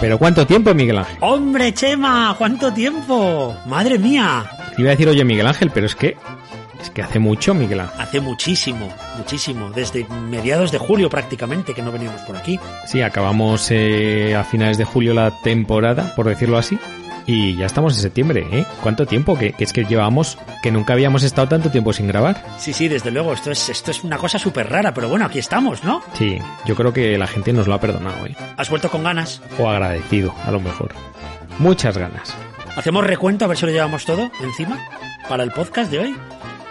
¿Pero cuánto tiempo, Miguel Ángel? ¡Hombre, Chema! ¿Cuánto tiempo? ¡Madre mía! Te iba a decir, oye, Miguel Ángel, pero es que. Es que hace mucho, Miguel Ángel. Hace muchísimo, muchísimo. Desde mediados de julio prácticamente que no veníamos por aquí. Sí, acabamos eh, a finales de julio la temporada, por decirlo así. Y ya estamos en septiembre, ¿eh? ¿Cuánto tiempo? Que, que es que llevamos, que nunca habíamos estado tanto tiempo sin grabar. Sí, sí, desde luego, esto es, esto es una cosa súper rara, pero bueno, aquí estamos, ¿no? Sí, yo creo que la gente nos lo ha perdonado, ¿eh? ¿Has vuelto con ganas? O agradecido, a lo mejor. Muchas ganas. ¿Hacemos recuento a ver si lo llevamos todo encima para el podcast de hoy?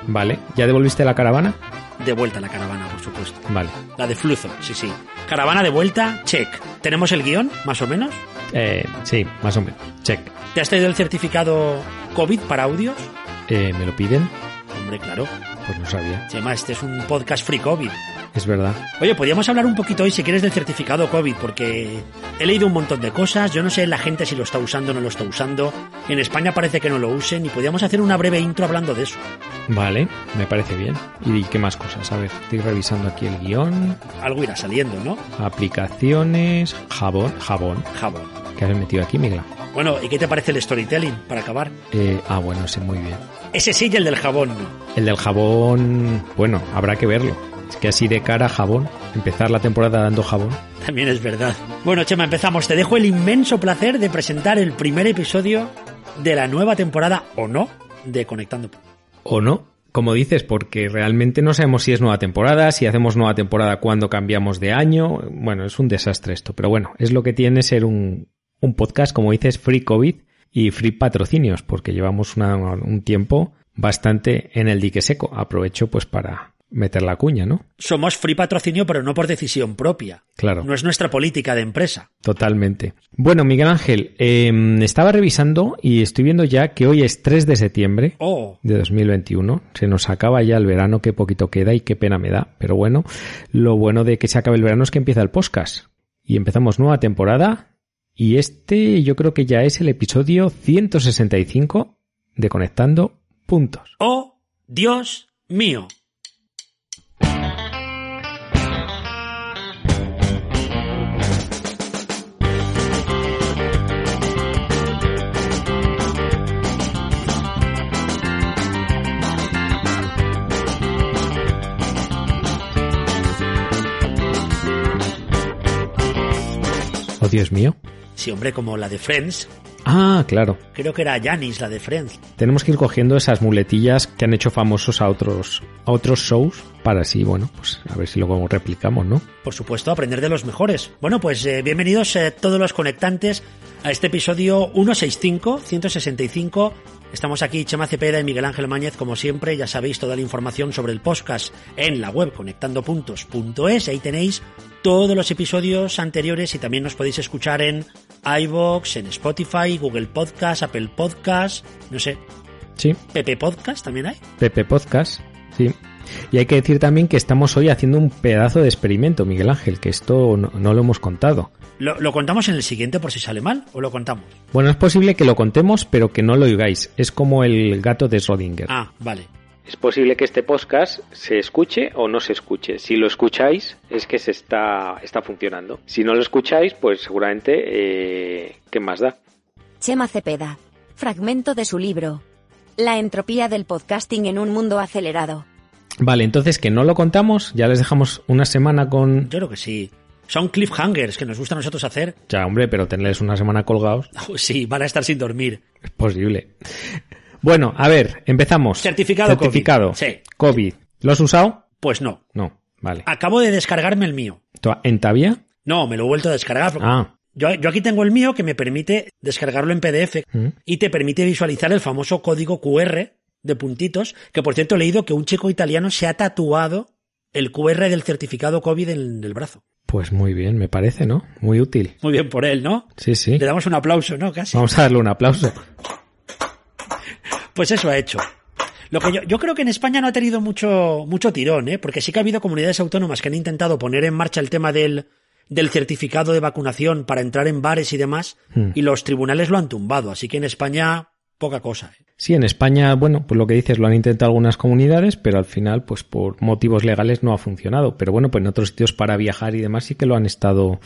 Vale, ¿ya devolviste la caravana? De vuelta la caravana, por supuesto. Vale. La de Fluzo, sí, sí. Caravana de vuelta, check. ¿Tenemos el guión, más o menos? Eh, sí, más o menos. Check. ¿Te has traído el certificado COVID para audios? Eh, ¿Me lo piden? Hombre, claro. Pues no sabía. Chema, este es un podcast free COVID. Es verdad. Oye, podríamos hablar un poquito hoy, si quieres, del certificado COVID, porque he leído un montón de cosas. Yo no sé la gente si lo está usando o no lo está usando. En España parece que no lo usen y podríamos hacer una breve intro hablando de eso. Vale, me parece bien. ¿Y qué más cosas? A ver, estoy revisando aquí el guión. Algo irá saliendo, ¿no? Aplicaciones, jabón, jabón. Jabón. ¿Qué has metido aquí, Miguel? Bueno, ¿y qué te parece el storytelling para acabar? Eh, ah, bueno, sé muy bien. Ese sí y el del jabón, ¿no? El del jabón, bueno, habrá que verlo. Es que así de cara a jabón, empezar la temporada dando jabón. También es verdad. Bueno, Chema, empezamos. Te dejo el inmenso placer de presentar el primer episodio de la nueva temporada, o no, de Conectando. ¿O no? Como dices, porque realmente no sabemos si es nueva temporada, si hacemos nueva temporada cuando cambiamos de año. Bueno, es un desastre esto, pero bueno, es lo que tiene ser un, un podcast, como dices, free COVID y free patrocinios, porque llevamos una, un tiempo bastante en el dique seco. Aprovecho pues para meter la cuña, ¿no? Somos free patrocinio, pero no por decisión propia. Claro. No es nuestra política de empresa. Totalmente. Bueno, Miguel Ángel, eh, estaba revisando y estoy viendo ya que hoy es 3 de septiembre Oh. de 2021. Se nos acaba ya el verano, qué poquito queda y qué pena me da. Pero bueno, lo bueno de que se acabe el verano es que empieza el podcast. Y empezamos nueva temporada. Y este yo creo que ya es el episodio 165 de Conectando Puntos. Oh, Dios mío. Oh, Dios mío. Sí, hombre, como la de Friends. Ah, claro. Creo que era Janis la de Friends. Tenemos que ir cogiendo esas muletillas que han hecho famosos a otros, a otros shows para así, bueno, pues a ver si luego replicamos, ¿no? Por supuesto, aprender de los mejores. Bueno, pues eh, bienvenidos eh, todos los conectantes a este episodio 165, 165. Estamos aquí Chema Cepeda y Miguel Ángel Máñez, como siempre. Ya sabéis toda la información sobre el podcast en la web conectandopuntos.es. Ahí tenéis todos los episodios anteriores y también nos podéis escuchar en iVoox, en Spotify, Google Podcast, Apple Podcast, no sé, Sí, PP Podcast también hay. Pepe Podcast, sí. Y hay que decir también que estamos hoy haciendo un pedazo de experimento, Miguel Ángel, que esto no, no lo hemos contado. ¿Lo, ¿Lo contamos en el siguiente por si sale mal o lo contamos? Bueno, es posible que lo contemos, pero que no lo oigáis. Es como el gato de Schrödinger. Ah, vale. Es posible que este podcast se escuche o no se escuche. Si lo escucháis, es que se está, está funcionando. Si no lo escucháis, pues seguramente, eh, ¿qué más da? Chema Cepeda. Fragmento de su libro. La entropía del podcasting en un mundo acelerado. Vale, entonces que no lo contamos, ya les dejamos una semana con... Yo creo que sí. Son cliffhangers que nos gusta a nosotros hacer. Ya, hombre, pero tenerles una semana colgados Oh, Sí, van a estar sin dormir. es posible. Bueno, a ver, empezamos. Certificado COVID. Certificado. Sí. Ah. COVID. ¿Lo has usado? Pues no. No, vale. Acabo de descargarme el mío. ¿Tú- ¿En Tavia? No, me lo he vuelto a descargar. porque Ah, Yo, yo aquí tengo el mío que me permite descargarlo en PDF Mm. y te permite visualizar el famoso código QR de puntitos, que por cierto he leído que un chico italiano se ha tatuado el QR del certificado COVID en el brazo. pues muy bien, me parece, ¿no? Muy útil. Muy bien por él, ¿no? Sí, sí. Le damos un aplauso, ¿no? Casi. Vamos a darle un aplauso. Pues eso ha hecho. Lo que yo, yo creo que en España no ha tenido mucho, mucho tirón, ¿eh? porque sí que ha habido comunidades autónomas que han intentado poner en marcha el tema del, del certificado de vacunación para entrar en bares y demás, Hmm. y los tribunales lo han tumbado. Así que en España, poca cosa. ¿eh? Sí, en España, bueno, pues lo que dices, lo han intentado algunas comunidades, pero al final, pues por motivos legales no ha funcionado. Pero bueno, pues en otros sitios para viajar y demás sí que lo han estado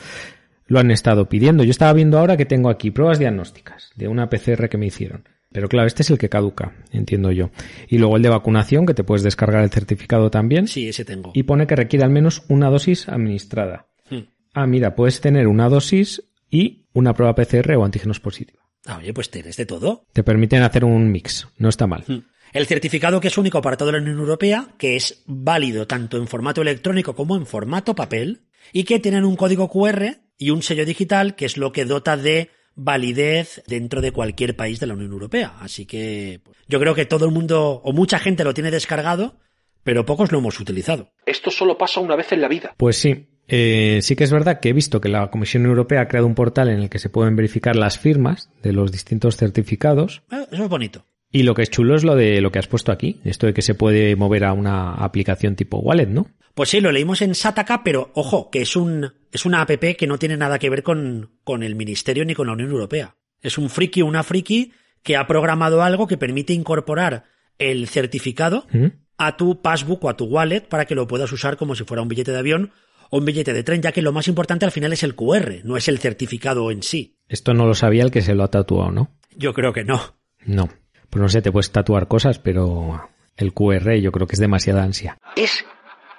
lo han estado pidiendo. Yo estaba viendo ahora que tengo aquí pruebas diagnósticas de una PCR que me hicieron. Pero claro, este es el que caduca, entiendo yo. Y luego el de vacunación, que te puedes descargar el certificado también. Sí, ese tengo. Y pone que requiere al menos una dosis administrada. Hmm. Ah, mira, puedes tener una dosis y una prueba PCR o antígenos positiva. Ah, oye, pues tienes de todo. Te permiten hacer un mix, no está mal. Hmm. El certificado que es único para toda la Unión Europea, que es válido tanto en formato electrónico como en formato papel, y que tienen un código QR y un sello digital, que es lo que dota de validez dentro de cualquier país de la Unión Europea. Así que pues, yo creo que todo el mundo o mucha gente lo tiene descargado, pero pocos lo hemos utilizado. Esto solo pasa una vez en la vida. Pues sí, eh, sí que es verdad que he visto que la Comisión Europea ha creado un portal en el que se pueden verificar las firmas de los distintos certificados. Eh, Eso es bonito. Y lo que es chulo es lo de lo que has puesto aquí, esto de que se puede mover a una aplicación tipo wallet, ¿no? Pues sí, lo leímos en Sataka, pero ojo, que es un es una app que no tiene nada que ver con, con el ministerio ni con la Unión Europea. Es un friki, una friki que ha programado algo que permite incorporar el certificado ¿Mm? a tu passbook o a tu wallet para que lo puedas usar como si fuera un billete de avión o un billete de tren, ya que lo más importante al final es el QR, no es el certificado en sí. Esto no lo sabía el que se lo ha tatuado, ¿no? Yo creo que no. No. Pues no sé, te puedes tatuar cosas, pero el QR yo creo que es demasiada ansia. Es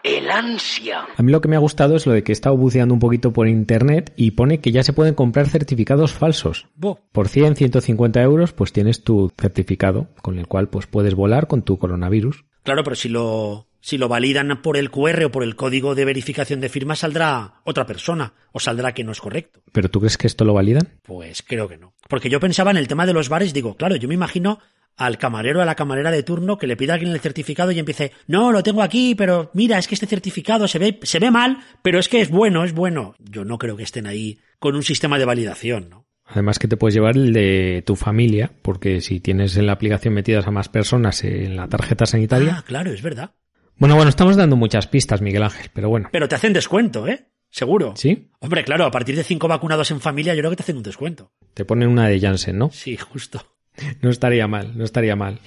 el ansia. A mí lo que me ha gustado es lo de que he estado buceando un poquito por internet y pone que ya se pueden comprar certificados falsos. Bo. Por 100, 150 euros, pues tienes tu certificado con el cual pues puedes volar con tu coronavirus. Claro, pero si lo, si lo validan por el QR o por el código de verificación de firma, saldrá otra persona o saldrá que no es correcto. ¿Pero tú crees que esto lo validan? Pues creo que no. Porque yo pensaba en el tema de los bares, digo, claro, yo me imagino al camarero, a la camarera de turno, que le pida a alguien el certificado y empiece, no, lo tengo aquí, pero mira, es que este certificado se ve, se ve mal, pero es que es bueno, es bueno. Yo no creo que estén ahí con un sistema de validación, ¿no? Además que te puedes llevar el de tu familia, porque si tienes en la aplicación metidas a más personas en la tarjeta sanitaria. Ah, claro, es verdad. Bueno, bueno, estamos dando muchas pistas, Miguel Ángel, pero bueno. Pero te hacen descuento, ¿eh? Seguro. ¿Sí? Hombre, claro, a partir de cinco vacunados en familia, yo creo que te hacen un descuento. Te ponen una de Janssen, ¿no? Sí, justo. No estaría mal, no estaría mal.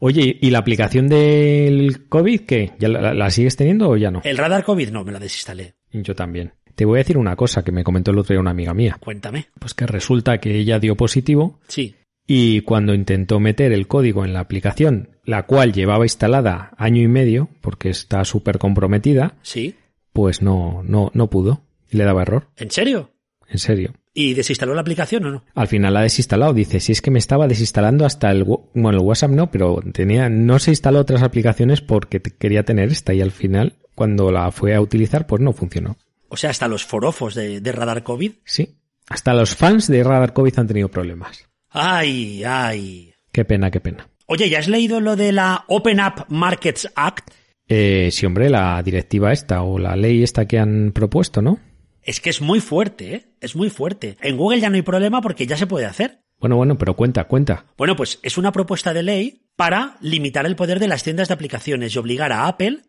Oye, ¿y la aplicación del COVID qué? ¿Ya la, la sigues teniendo o ya no? El radar COVID no, me la desinstalé. Yo también. Te voy a decir una cosa que me comentó el otro día una amiga mía. Cuéntame. Pues que resulta que ella dio positivo Sí. y cuando intentó meter el código en la aplicación, la cual llevaba instalada año y medio, porque está súper comprometida, Sí. pues no, no, no pudo. Y le daba error, ¿En serio? en serio. ¿Y desinstaló la aplicación o no? Al final la ha desinstalado. Dice, si es que me estaba desinstalando hasta el... wa- Bueno, el WhatsApp no, pero tenía... No se instaló otras aplicaciones porque te- quería tener esta y al final, cuando la fue a utilizar, pues no funcionó. O sea, hasta los forofos de, de radar COVID. Sí. Hasta los fans de Radar COVID han tenido problemas. Ay, ay. Qué pena, qué pena. Oye, ¿ya has leído lo de la Open Up Markets Act? Eh, sí, hombre, la directiva esta o la ley esta que han propuesto, ¿no? Es que es muy fuerte, ¿eh? Es muy fuerte. En Google ya no hay problema porque ya se puede hacer. Bueno, bueno, pero cuenta, cuenta. Bueno, pues es una propuesta de ley para limitar el poder de las tiendas de aplicaciones y obligar a Apple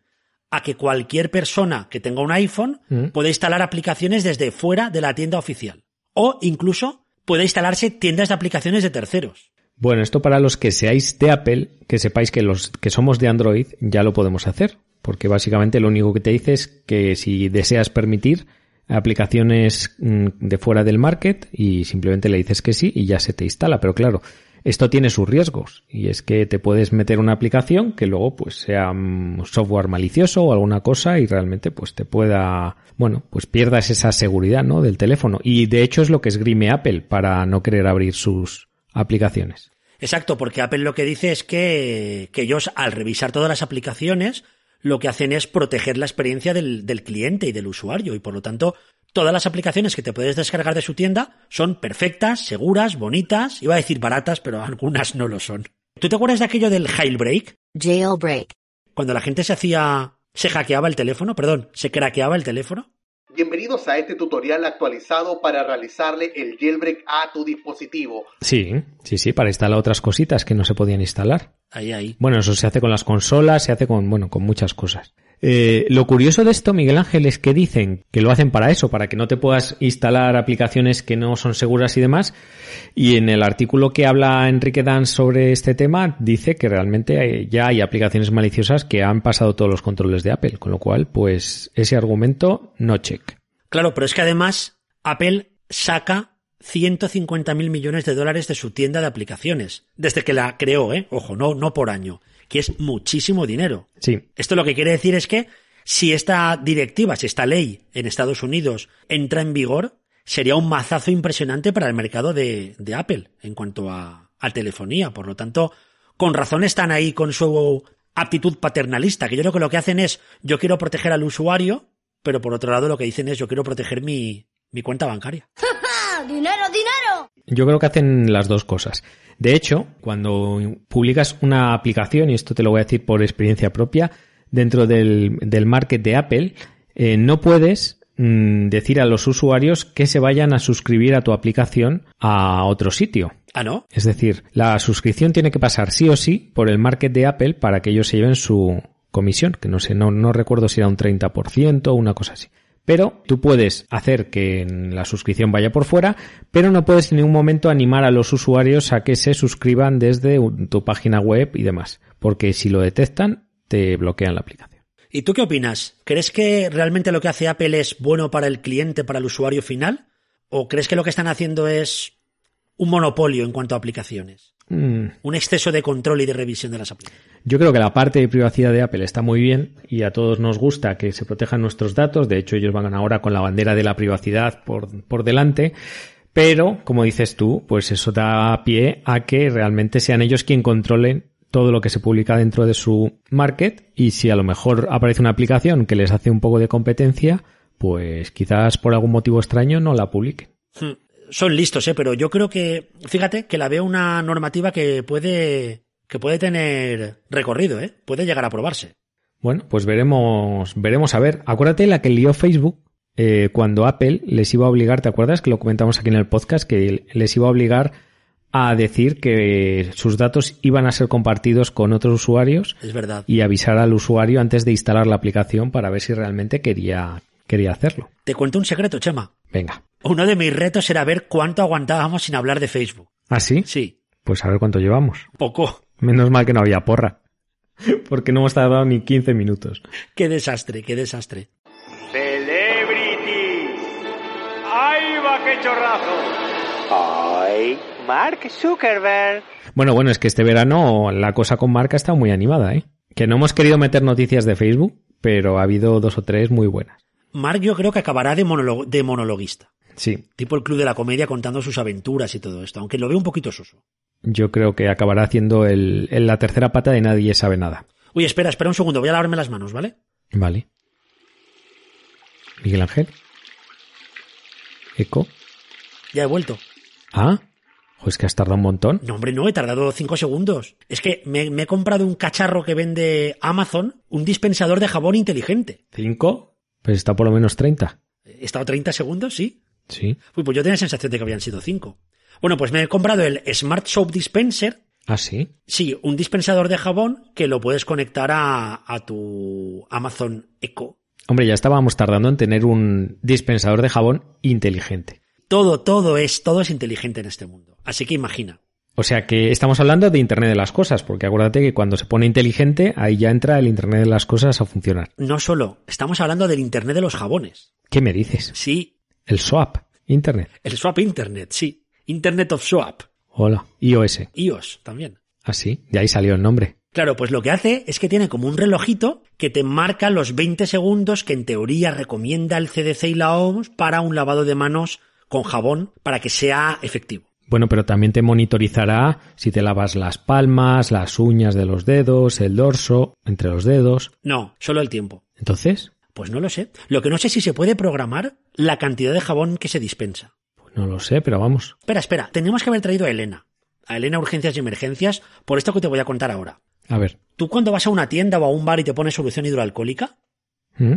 a que cualquier persona que tenga un iPhone Mm. pueda instalar aplicaciones desde fuera de la tienda oficial. O incluso puede instalarse tiendas de aplicaciones de terceros. Bueno, esto para los que seáis de Apple, que sepáis que los que somos de Android ya lo podemos hacer, porque básicamente lo único que te dice es que si deseas permitir aplicaciones mm, de fuera del market y simplemente le dices que sí y ya se te instala, pero claro, esto tiene sus riesgos y es que te puedes meter una aplicación que luego pues sea mm, software malicioso o alguna cosa y realmente pues te pueda, bueno, pues pierdas esa seguridad, ¿no? del teléfono y de hecho es lo que esgrime Apple para no querer abrir sus aplicaciones. Exacto, porque Apple lo que dice es que, que ellos al revisar todas las aplicaciones lo que hacen es proteger la experiencia del, del cliente y del usuario y por lo tanto todas las aplicaciones que te puedes descargar de su tienda son perfectas, seguras, bonitas, iba a decir baratas, pero algunas no lo son. ¿Tú te acuerdas de aquello del jailbreak? Jailbreak. Cuando la gente se hacía... se hackeaba el teléfono, perdón, se craqueaba el teléfono. Bienvenidos a este tutorial actualizado para realizarle el jailbreak a tu dispositivo. Sí, sí, sí, para instalar otras cositas que no se podían instalar. Ahí, ahí. Bueno, eso se hace con las consolas, se hace con, bueno, con muchas cosas. Eh, lo curioso de esto, Miguel Ángel, es que dicen que lo hacen para eso, para que no te puedas instalar aplicaciones que no son seguras y demás. Y en el artículo que habla Enrique Dan sobre este tema, dice que realmente eh, ya hay aplicaciones maliciosas que han pasado todos los controles de Apple, con lo cual, pues ese argumento no check. Claro, pero es que además Apple saca 150.000 millones de dólares de su tienda de aplicaciones, desde que la creó, ¿eh? Ojo, no, no por año, que es muchísimo dinero. Sí, Esto lo que quiere decir es que si esta directiva, si esta ley en Estados Unidos entra en vigor, sería un mazazo impresionante para el mercado de, de Apple en cuanto a, a telefonía. Por lo tanto, con razón están ahí con su aptitud paternalista, que yo creo que lo que hacen es yo quiero proteger al usuario, pero por otro lado lo que dicen es yo quiero proteger mi, mi cuenta bancaria. ¡Dinero, dinero! Yo creo que hacen las dos cosas. De hecho, cuando publicas una aplicación, y esto te lo voy a decir por experiencia propia, dentro del, del market de Apple, eh, no puedes mm, decir a los usuarios que se vayan a suscribir a tu aplicación a otro sitio. Ah, ¿no? Es decir, la suscripción tiene que pasar sí o sí por el market de Apple para que ellos se lleven su comisión, que no sé, no, no recuerdo si era un 30% o una cosa así. Pero tú puedes hacer que la suscripción vaya por fuera, pero no puedes en ningún momento animar a los usuarios a que se suscriban desde un- tu página web y demás, porque si lo detectan, te bloquean la aplicación. ¿Y tú qué opinas? ¿Crees que realmente lo que hace Apple es bueno para el cliente, para el usuario final? ¿O crees que lo que están haciendo es un monopolio en cuanto a aplicaciones? Mm, Un exceso de control y de revisión de las aplicaciones. Yo creo que la parte de privacidad de Apple está muy bien y a todos nos gusta que se protejan nuestros datos. De hecho, ellos van ahora con la bandera de la privacidad por, por delante. Pero, como dices tú, pues eso da pie a que realmente sean ellos quien controlen todo lo que se publica dentro de su market y si a lo mejor aparece una aplicación que les hace un poco de competencia, pues quizás por algún motivo extraño no la publiquen. Hmm. Son listos, ¿eh? Pero yo creo que, fíjate, que la veo una normativa que puede, que puede tener recorrido, ¿eh? Puede llegar a aprobarse. Bueno, pues veremos, veremos a ver. Acuérdate la que lió Facebook eh, cuando Apple les iba a obligar, ¿te acuerdas que lo comentamos aquí en el podcast? Que les iba a obligar a decir que sus datos iban a ser compartidos con otros usuarios Es verdad. y avisar al usuario antes de instalar la aplicación para ver si realmente quería, quería hacerlo. Te cuento un secreto, Chema. Venga. Uno de mis retos era ver cuánto aguantábamos sin hablar de Facebook. ¿Ah, sí? Sí, Pues a ver cuánto llevamos. poco. Menos mal que no había porra. Porque no hemos tardado ni 15 minutos. Qué desastre, qué desastre. Celebrities. ¡Ahí va que chorrazo! ¡Ay! Mark Zuckerberg. Bueno, bueno, es que este verano la cosa con marca está muy animada, ¿eh? Que no hemos querido meter noticias de Facebook, pero ha habido dos o tres muy buenas. Mark yo creo que acabará de, monolo- de monologuista, Sí, tipo el club de la comedia contando sus aventuras y todo esto, aunque lo veo un poquito soso. yo creo que acabará haciendo el, el- la tercera pata de nadie sabe nada. Oye, espera, espera un segundo, voy a lavarme las manos, ¿vale? Vale. Miguel Ángel. Eco. Ya he vuelto. Ah, jo, es que has tardado un montón. No, hombre, no, he tardado cinco segundos. Es que me, me he comprado un cacharro que vende Amazon, un dispensador de jabón inteligente. ¿Cinco? Pues está por lo menos 30. ¿He estado 30 segundos? Sí. Sí. Uy, pues yo tenía la sensación de que habían sido cinco. Bueno, pues me he comprado el Smart Soap Dispenser, Ah, sí. Sí, un dispensador de jabón que lo puedes conectar a, a tu Amazon Echo. Hombre, ya estábamos tardando en tener un dispensador de jabón inteligente. Todo, todo es, todo es inteligente en este mundo. Así que imagina. O sea que estamos hablando de Internet de las cosas, porque acuérdate que cuando se pone inteligente, ahí ya entra el Internet de las cosas a funcionar. No solo, estamos hablando del Internet de los jabones. ¿Qué me dices? Sí, El swap, Internet. el Swap Internet, sí. Internet of Swap, Hola, iOS. iOS también. Así, de ahí salió el nombre. Claro, pues lo que hace es que tiene como un relojito que te marca los 20 segundos que en teoría recomienda el CDC y la OMS para un lavado de manos con jabón para que sea efectivo. Bueno, pero también te monitorizará si te lavas las palmas, las uñas de los dedos, el dorso, entre los dedos. No, solo el tiempo. Entonces, Pues no lo sé. Lo que no sé es si se puede programar la cantidad de jabón que se dispensa. pues no lo sé, pero vamos. Espera, espera, tenemos que haber traído a Elena. A Elena Urgencias y Emergencias, por esto que te voy a contar ahora. A ver. Tú cuando vas a una tienda o a un bar y te pones solución hidroalcohólica, ¿Mm?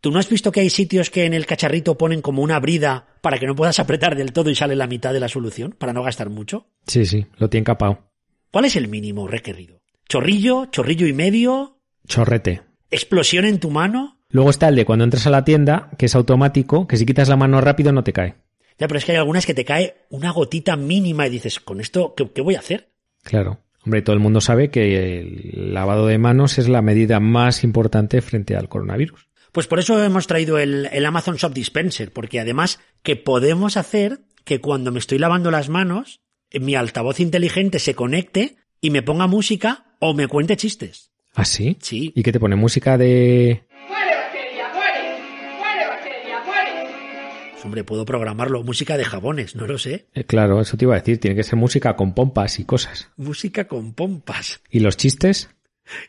¿tú no has visto que hay sitios que en el cacharrito ponen como una brida para que no puedas apretar del todo y sale la mitad de la solución, para no gastar mucho? Sí, sí, lo tiene capao. ¿Cuál es el mínimo requerido? ¿Chorrillo? ¿Chorrillo y medio? Chorrete. ¿Explosión en tu mano? Luego está el de cuando entras a la tienda, que es automático, que si quitas la mano rápido no te cae. Ya, pero es que hay algunas que te cae una gotita mínima y dices, ¿con esto qué- qué voy a hacer? Claro. Hombre, todo el mundo sabe que el lavado de manos es la medida más importante frente al coronavirus. Pues por eso hemos traído el, el Amazon Shop Dispenser, porque además que podemos hacer que cuando me estoy lavando las manos, mi altavoz inteligente se conecte y me ponga música o me cuente chistes. ¿Ah, sí? Sí. ¿Y qué te pone? ¿Música de...? ¡Muere, Bacteria! ¡Muere! ¡Muere, Bacteria! ¡Muere! Hombre, puedo programarlo. Música de jabones, no lo sé. Eh, claro, eso te iba a decir. Tiene que ser música con pompas y cosas. Música con pompas. ¿Y los chistes?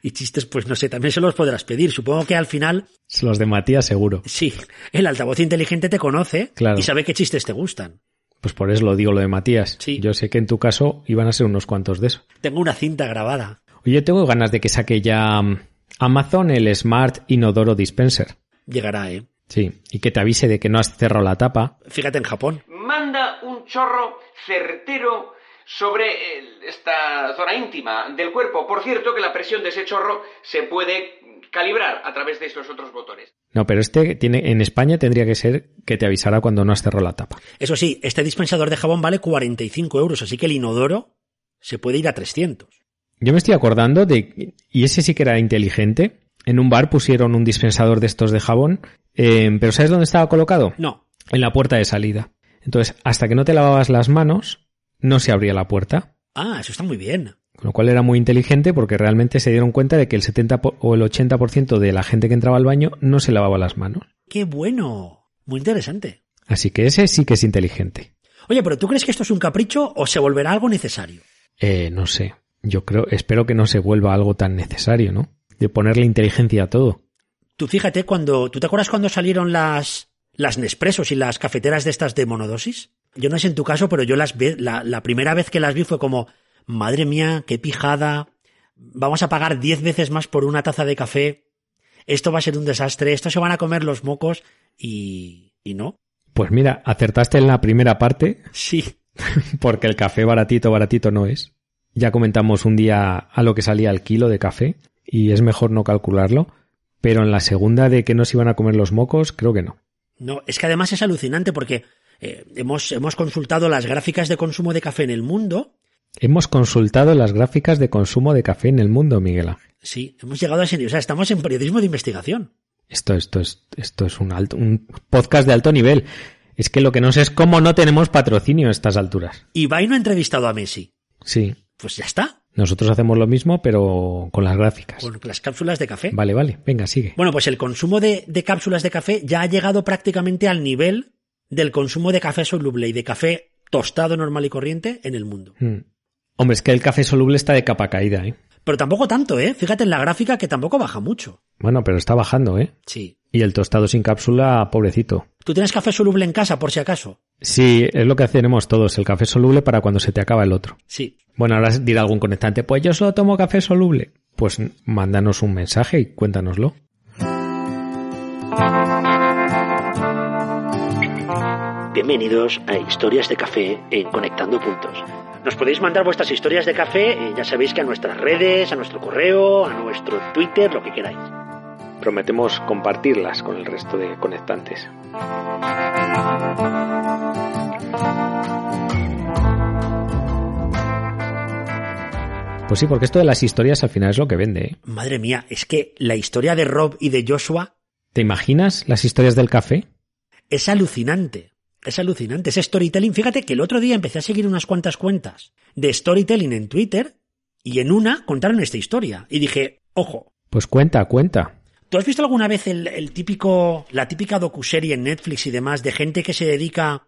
Y chistes, pues no sé, también se los podrás pedir. Supongo que al final, Los de Matías seguro. sí, el altavoz inteligente te conoce Claro. y sabe qué chistes te gustan. Pues por eso lo digo lo de Matías. Sí. Yo sé que en tu caso iban a ser unos cuantos de eso. Tengo una cinta grabada. Oye, tengo ganas de que saque ya mm, Amazon el Smart Inodoro Dispenser. Llegará, ¿eh? Sí, y que te avise de que no has cerrado la tapa. Fíjate en Japón. manda un chorro certero sobre eh, esta zona íntima del cuerpo. Por cierto, que la presión de ese chorro se puede calibrar a través de estos otros botones. No, pero este tiene en España tendría que ser que te avisara cuando no has cerrado la tapa. Eso sí, este dispensador de jabón vale 45 euros, así que el inodoro se puede ir a 300. Yo me estoy acordando de, y ese sí que era inteligente, en un bar pusieron un dispensador de estos de jabón, eh, pero ¿sabes dónde estaba colocado? No, En la puerta de salida. Entonces, hasta que no te lavabas las manos, no se abría la puerta. Ah, eso está muy bien. Con lo cual era muy inteligente porque realmente se dieron cuenta de que el 70 po- o el 80% de la gente que entraba al baño no se lavaba las manos. ¡Qué bueno! Muy interesante. Así que ese sí que es inteligente. Oye, pero ¿tú crees que esto es un capricho o se volverá algo necesario? Eh, no sé. Yo creo, espero que no se vuelva algo tan necesario, ¿no? De ponerle inteligencia a todo. Tú fíjate cuando... ¿Tú te acuerdas cuando salieron las... las Nespressos y las cafeteras de estas de monodosis? Yo no sé en tu caso, pero yo las vi... La, la primera vez que las vi fue como... Madre mía, qué pijada. Vamos a pagar 10 veces más por una taza de café. Esto va a ser un desastre. Esto se van a comer los mocos. Y... y no. Pues mira, acertaste en la primera parte Sí. porque el café baratito, baratito no es. Ya comentamos un día a lo que salía el kilo de café y es mejor no calcularlo. Pero en la segunda de que no se iban a comer los mocos, creo que no. No, es que además es alucinante porque eh, hemos, hemos consultado las gráficas de consumo de café en el mundo. Hemos consultado las gráficas de consumo de café en el mundo, Miguel Ángel. Sí, hemos llegado a ese nivel. O sea, estamos en periodismo de investigación. Esto, esto es, esto es un alto, un podcast de alto nivel. Es que lo que no sé es cómo no tenemos patrocinio a estas alturas. Y no ha entrevistado a Messi. Sí. Pues ya está, Nosotros hacemos lo mismo, pero con las gráficas. con las cápsulas de café. Vale, vale. Venga, sigue. Bueno, pues el consumo de, de cápsulas de café ya ha llegado prácticamente al nivel del consumo de café soluble y de café tostado normal y corriente en el mundo. Mm. Hombre, es que el café soluble está de capa caída, ¿eh? Pero tampoco tanto, ¿eh? Fíjate en la gráfica que tampoco baja mucho. Bueno, pero está bajando, ¿eh? Sí. Y el tostado sin cápsula, pobrecito. ¿Tú tienes café soluble en casa, por si acaso? Sí, es lo que hacemos todos, el café soluble para cuando se te acaba el otro. Sí. Bueno, ahora dirá algún conectante, pues yo solo tomo café soluble. Pues n- mándanos un mensaje y cuéntanoslo. Bienvenidos a Historias de Café en Conectando Puntos. Nos podéis mandar vuestras historias de café, eh, ya sabéis que a nuestras redes, a nuestro correo, a nuestro Twitter, lo que queráis. Prometemos compartirlas con el resto de conectantes. Pues sí, porque esto de las historias al final es lo que vende. ¿eh? Madre mía, es que la historia de Rob y de Joshua ¿Te imaginas las historias del café? es alucinante. Es alucinante, es storytelling. Fíjate que el otro día empecé a seguir unas cuantas cuentas de storytelling en Twitter y en una contaron esta historia. Y dije, ojo, Pues cuenta, cuenta. ¿Tú has visto alguna vez el, el típico, la típica docuserie en Netflix y demás de gente que se dedica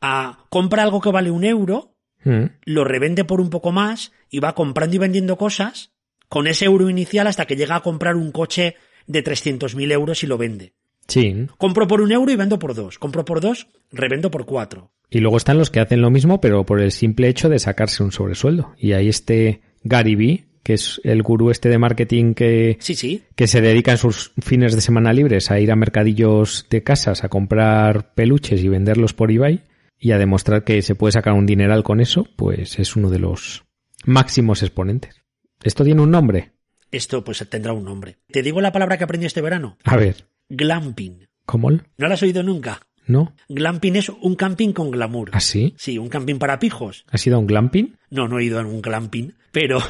a compra algo que vale un euro, Mm. lo revende por un poco más y va comprando y vendiendo cosas con ese euro inicial hasta que llega a comprar un coche de 300.000 euros y lo vende? Sí. Compro por un euro y vendo por dos. Compro por dos, revendo por cuatro. Y luego están los que hacen lo mismo, pero por el simple hecho de sacarse un sobresueldo. Y ahí este Gary Vee, que es el gurú este de marketing que, Sí, sí. que se dedica en sus fines de semana libres a ir a mercadillos de casas a comprar peluches y venderlos por eBay y a demostrar que se puede sacar un dineral con eso, pues es uno de los máximos exponentes. Esto tiene un nombre. Esto pues tendrá un nombre. Te digo la palabra que aprendí este verano. A ver, Glamping. ¿cómo? el- ¿No la has oído nunca? ¿no? Glamping es un camping con glamour. ¿Ah, sí? Sí, un camping para pijos. ¿Has ido a un glamping? No, no he ido a un glamping, pero,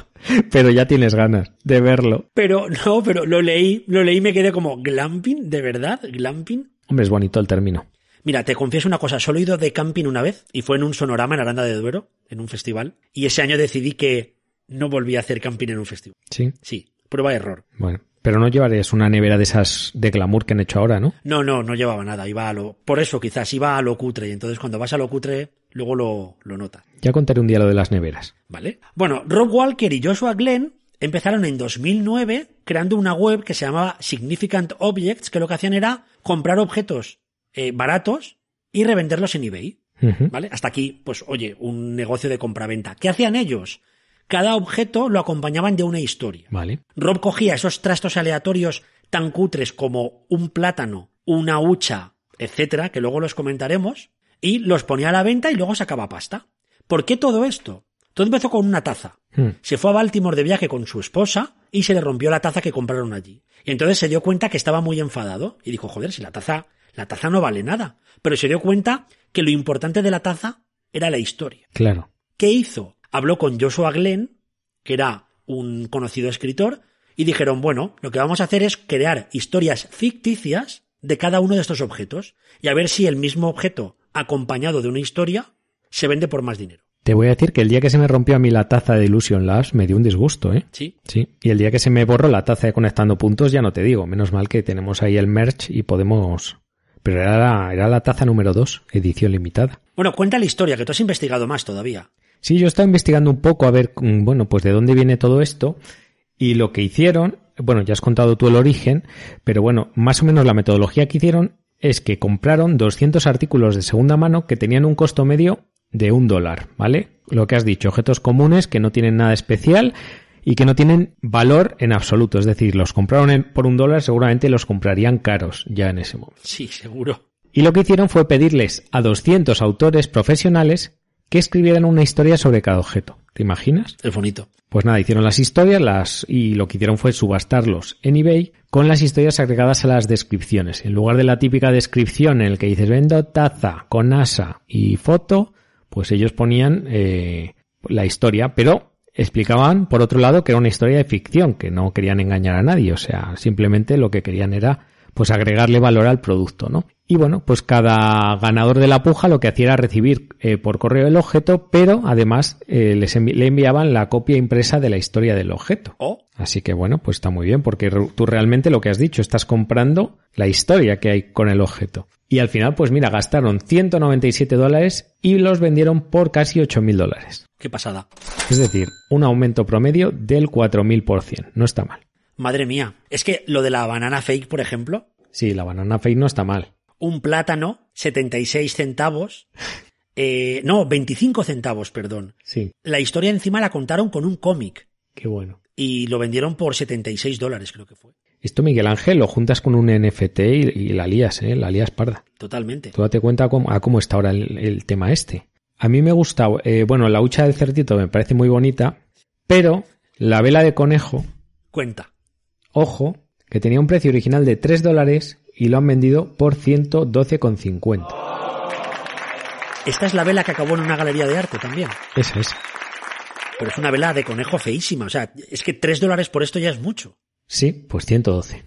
Pero ya tienes ganas de verlo. pero, no, pero lo leí, lo leí y me quedé como, ¿glamping? ¿De verdad? ¿Glamping? Hombre, es bonito el término. Mira, te confieso una cosa, solo he ido de camping una vez y fue en un sonorama en Aranda de Duero, en un festival, y ese año decidí que no volví a hacer camping en un festival. Sí. Sí, prueba de error. Bueno, pero no llevarías una nevera de esas de glamour que han hecho ahora, ¿no? No, no, no llevaba nada, iba a lo... Por eso quizás iba a lo cutre, y entonces cuando vas a lo cutre, luego lo, lo notas. Ya contaré un día lo de las neveras. ¿Vale? Bueno, Rob Walker y Joshua Glenn empezaron en 2009 creando una web que se llamaba Significant Objects, que lo que hacían era comprar objetos eh, baratos y revenderlos en eBay. Ujú. ¿Vale? Hasta aquí, pues oye, un negocio de compraventa. ¿Qué hacían ellos? Cada objeto lo acompañaban de una historia. Vale. Rob cogía esos trastos aleatorios tan cutres como un plátano, una hucha, etcétera, que luego los comentaremos, y los ponía a la venta y luego sacaba pasta. ¿Por qué todo esto? Todo empezó con una taza. Hmm. Se fue a Baltimore de viaje con su esposa y se le rompió la taza que compraron allí. Y entonces se dio cuenta que estaba muy enfadado y dijo, joder, si la taza, la taza no vale nada. Pero se dio cuenta que lo importante de la taza era la historia. Claro. ¿Qué hizo? Habló con Joshua Glenn, que era un conocido escritor, y dijeron, bueno, lo que vamos a hacer es crear historias ficticias de cada uno de estos objetos y a ver si el mismo objeto, acompañado de una historia, se vende por más dinero. Te voy a decir que el día que se me rompió a mí la taza de Illusion Labs me dio un disgusto, ¿eh? Sí. Sí. Y el día que se me borró la taza de conectando puntos ya no te digo. Menos mal que tenemos ahí el merch y podemos... Pero era la, era la taza número 2, edición limitada. Bueno, cuenta la historia, que tú has investigado más todavía. Sí, yo estaba investigando un poco a ver, mm, bueno, pues de dónde viene todo esto. Y lo que hicieron, bueno, ya has contado tú el origen, pero bueno, más o menos la metodología que hicieron es que compraron 200 artículos de segunda mano que tenían un costo medio de un dólar, ¿vale? Lo que has dicho, objetos comunes que no tienen nada especial y que no tienen valor en absoluto. Es decir, los compraron en- por un dólar, seguramente los comprarían caros ya en ese momento. Sí, seguro. Y lo que hicieron fue pedirles a 200 autores profesionales que escribieran una historia sobre cada objeto. ¿Te imaginas? Es bonito. Pues nada, hicieron las historias las, y lo que hicieron fue subastarlos en eBay con las historias agregadas a las descripciones. En lugar de la típica descripción en la que dices vendo taza con asa y foto, pues ellos ponían eh, la historia, pero explicaban por otro lado que era una historia de ficción, que no querían engañar a nadie, o sea, simplemente lo que querían era pues agregarle valor al producto, ¿no? Y bueno, pues cada ganador de la puja lo que hacía era recibir eh, por correo el objeto, pero además eh, les envi- le enviaban la copia impresa de la historia del objeto. Oh, Así que bueno, pues está muy bien, porque re- tú realmente lo que has dicho, estás comprando la historia que hay con el objeto. Y al final, pues mira, gastaron 197 dólares y los vendieron por casi 8.000 dólares. qué pasada. Es decir, un aumento promedio del 4.000%. No está mal. Madre mía. Es que lo de la banana fake, por ejemplo, Sí, la banana fake no está mal. un plátano, 76 centavos. Eh, no, 25 centavos, perdón. Sí, La historia encima la contaron con un cómic qué bueno. y lo vendieron por 76 dólares, creo que fue. Esto, Miguel Ángel, lo juntas con un NFT y, y la lías, ¿eh? La lías parda. Totalmente. Tú date cuenta cómo, a cómo está ahora el, el tema este. A mí me gusta, eh, bueno, la hucha del cerdito me parece muy bonita, pero la vela de conejo, Cuenta. ojo, que tenía un precio original de 3 dólares y lo han vendido por 112,50. Esta es la vela que acabó en una galería de arte también. Esa es. Pero es una vela de conejo feísima. O sea, es que 3 dólares por esto ya es mucho. Sí, pues 112.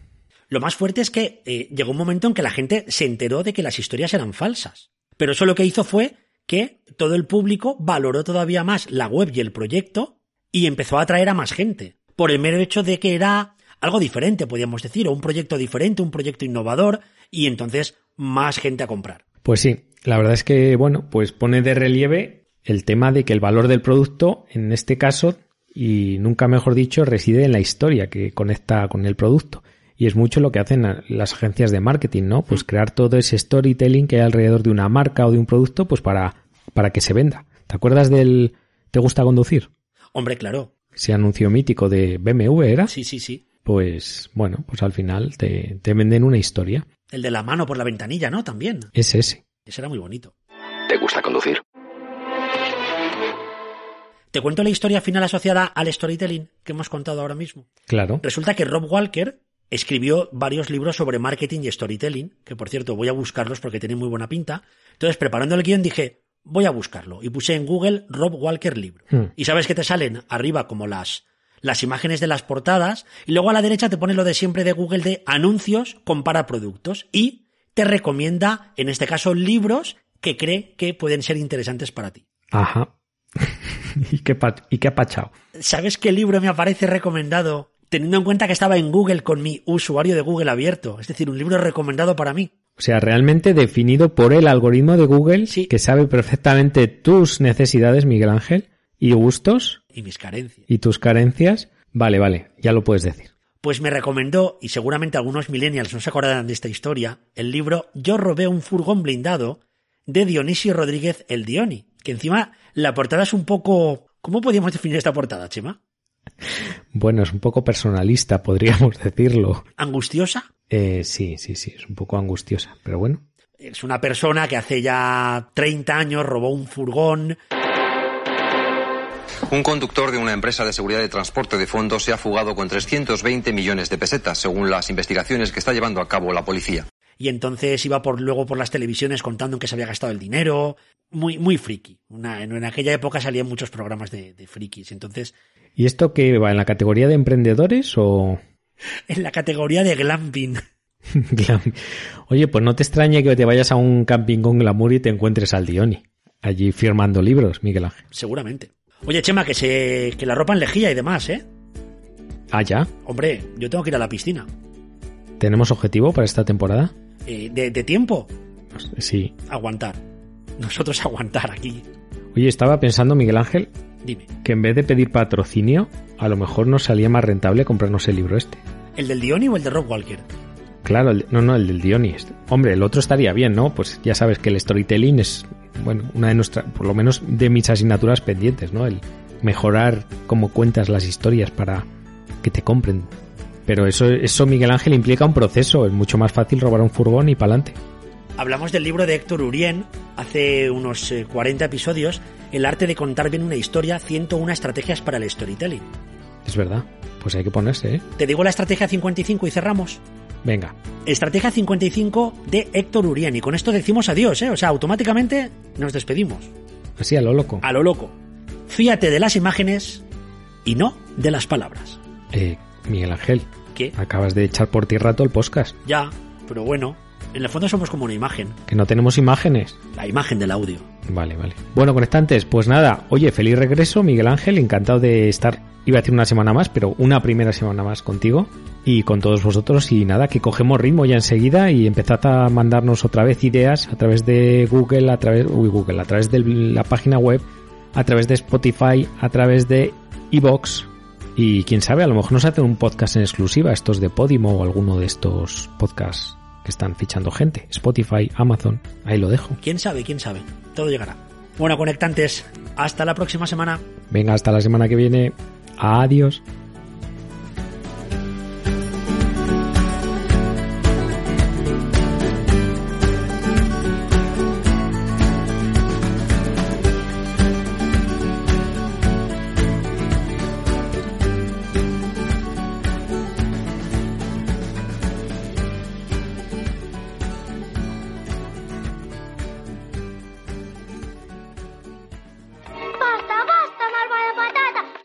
Lo más fuerte es que eh, llegó un momento en que la gente se enteró de que las historias eran falsas. Pero eso lo que hizo fue que todo el público valoró todavía más la web y el proyecto y empezó a atraer a más gente. Por el mero hecho de que era algo diferente, podríamos decir, o un proyecto diferente, un proyecto innovador, y entonces más gente a comprar. Pues sí, la verdad es que, bueno, pues pone de relieve el tema de que el valor del producto, en este caso, y nunca mejor dicho, reside en la historia que conecta con el producto. Y es mucho lo que hacen a- las agencias de marketing, ¿no? Pues crear todo ese storytelling que hay alrededor de una marca o de un producto, pues para, para que se venda. ¿Te acuerdas del ¿Te gusta conducir? Hombre, claro. Ese anuncio mítico de BMW era. Sí, sí, sí. Pues bueno, pues al final te, te venden una historia. El de la mano por la ventanilla, ¿no? También. Es ese. Ese era muy bonito. ¿Te gusta conducir? Te cuento la historia final asociada al storytelling que hemos contado ahora mismo. Claro. Resulta que Rob Walker escribió varios libros sobre marketing y storytelling, que por cierto voy a buscarlos porque tienen muy buena pinta. Entonces, preparando el guión dije, voy a buscarlo. Y puse en Google Rob Walker libro. Hmm. Y sabes que te salen arriba como las, las imágenes de las portadas, y luego a la derecha te pone lo de siempre de Google de anuncios, compara productos y te recomienda, en este caso, libros que cree que pueden ser interesantes para ti. Ajá. y qué pa- y qué apachao. ¿Sabes qué libro me aparece recomendado? Teniendo en cuenta que estaba en Google con mi usuario de Google abierto. Es decir, un libro recomendado para mí. O sea, realmente definido por el algoritmo de Google Sí. que sabe perfectamente tus necesidades, Miguel Ángel, y gustos Y mis carencias. y tus carencias. Vale, vale, ya lo puedes decir. Pues me recomendó, y seguramente algunos millennials no se acordarán de esta historia, el libro Yo robé un furgón blindado de Dionisio Rodríguez el Dioni. Que encima la portada es un poco... ¿Cómo podríamos definir esta portada, Chema? Bueno, es un poco personalista, podríamos decirlo. ¿Angustiosa? Eh, sí, sí, sí, es un poco angustiosa, pero bueno. Es una persona que hace ya 30 años robó un furgón, Un conductor de una empresa de seguridad de transporte de fondos se ha fugado con 320 millones de pesetas, según las investigaciones que está llevando a cabo la policía. y entonces iba por luego por las televisiones contando en qué se había gastado el dinero. Muy, muy friki. Una- en, en aquella época salían muchos programas de, de frikis. Entonces, ¿Y esto qué va en la categoría de emprendedores o en la categoría de glamping. glam? Oye, pues no te extrañe que te vayas a un camping con glamour y te encuentres al Dioni, allí firmando libros, Miguel Ángel. Seguramente. Oye, Chema, que se. que la ropa en lejía y demás, ¿eh? Ah, ya. Hombre, yo tengo que ir a la piscina. ¿Tenemos objetivo para esta temporada? Eh, de, de tiempo, Sí. aguantar. Nosotros aguantar aquí. Oye, estaba pensando, Miguel Ángel, Dime. que en vez de pedir patrocinio, a lo mejor nos salía más rentable comprarnos el libro este. ¿El del Dioni o el de Rob Walker? Claro, el- no, no, el del Dioni. este. Hombre, el otro estaría bien, ¿no? Pues ya sabes que el storytelling es, bueno, una de nuestras, por lo menos de mis asignaturas pendientes, ¿no? El mejorar cómo cuentas las historias para que te compren. Pero eso, eso Miguel Ángel, implica un proceso. Es mucho más fácil robar un furgón y pa'lante. Hablamos del libro de Héctor Urien hace unos eh, 40 episodios, El arte de contar bien una historia, 101 estrategias para el storytelling. Es verdad. Pues hay que ponerse, ¿eh? Te digo la estrategia 55 y cerramos. Venga. Estrategia 55 de Héctor Urien. Y con esto decimos adiós, ¿eh? O sea, automáticamente nos despedimos. Así a lo loco. a lo loco. Fíate de las imágenes y no de las palabras. Eh, Miguel Ángel, Que acabas de echar por tierra todo el podcast. ya, pero bueno, en el fondo somos como una imagen, Que no tenemos imágenes. la imagen del audio. Vale, vale. Bueno, conectantes, pues nada, oye, feliz regreso, Miguel Ángel, encantado de estar, iba a decir una semana más, pero una primera semana más contigo y con todos vosotros y nada, que cogemos ritmo ya enseguida y empezad a mandarnos otra vez ideas a través de Google, a través, uy, Google, a través de la página web, a través de Spotify, a través de iBox y quién sabe, a lo mejor nos hacen un podcast en exclusiva, estos de Podimo o alguno de estos podcasts que están fichando gente, Spotify, Amazon, ahí lo dejo. ¿Quién sabe? ¿Quién sabe? Todo llegará. Bueno, conectantes, hasta la próxima semana. Venga, hasta la semana que viene. Adiós.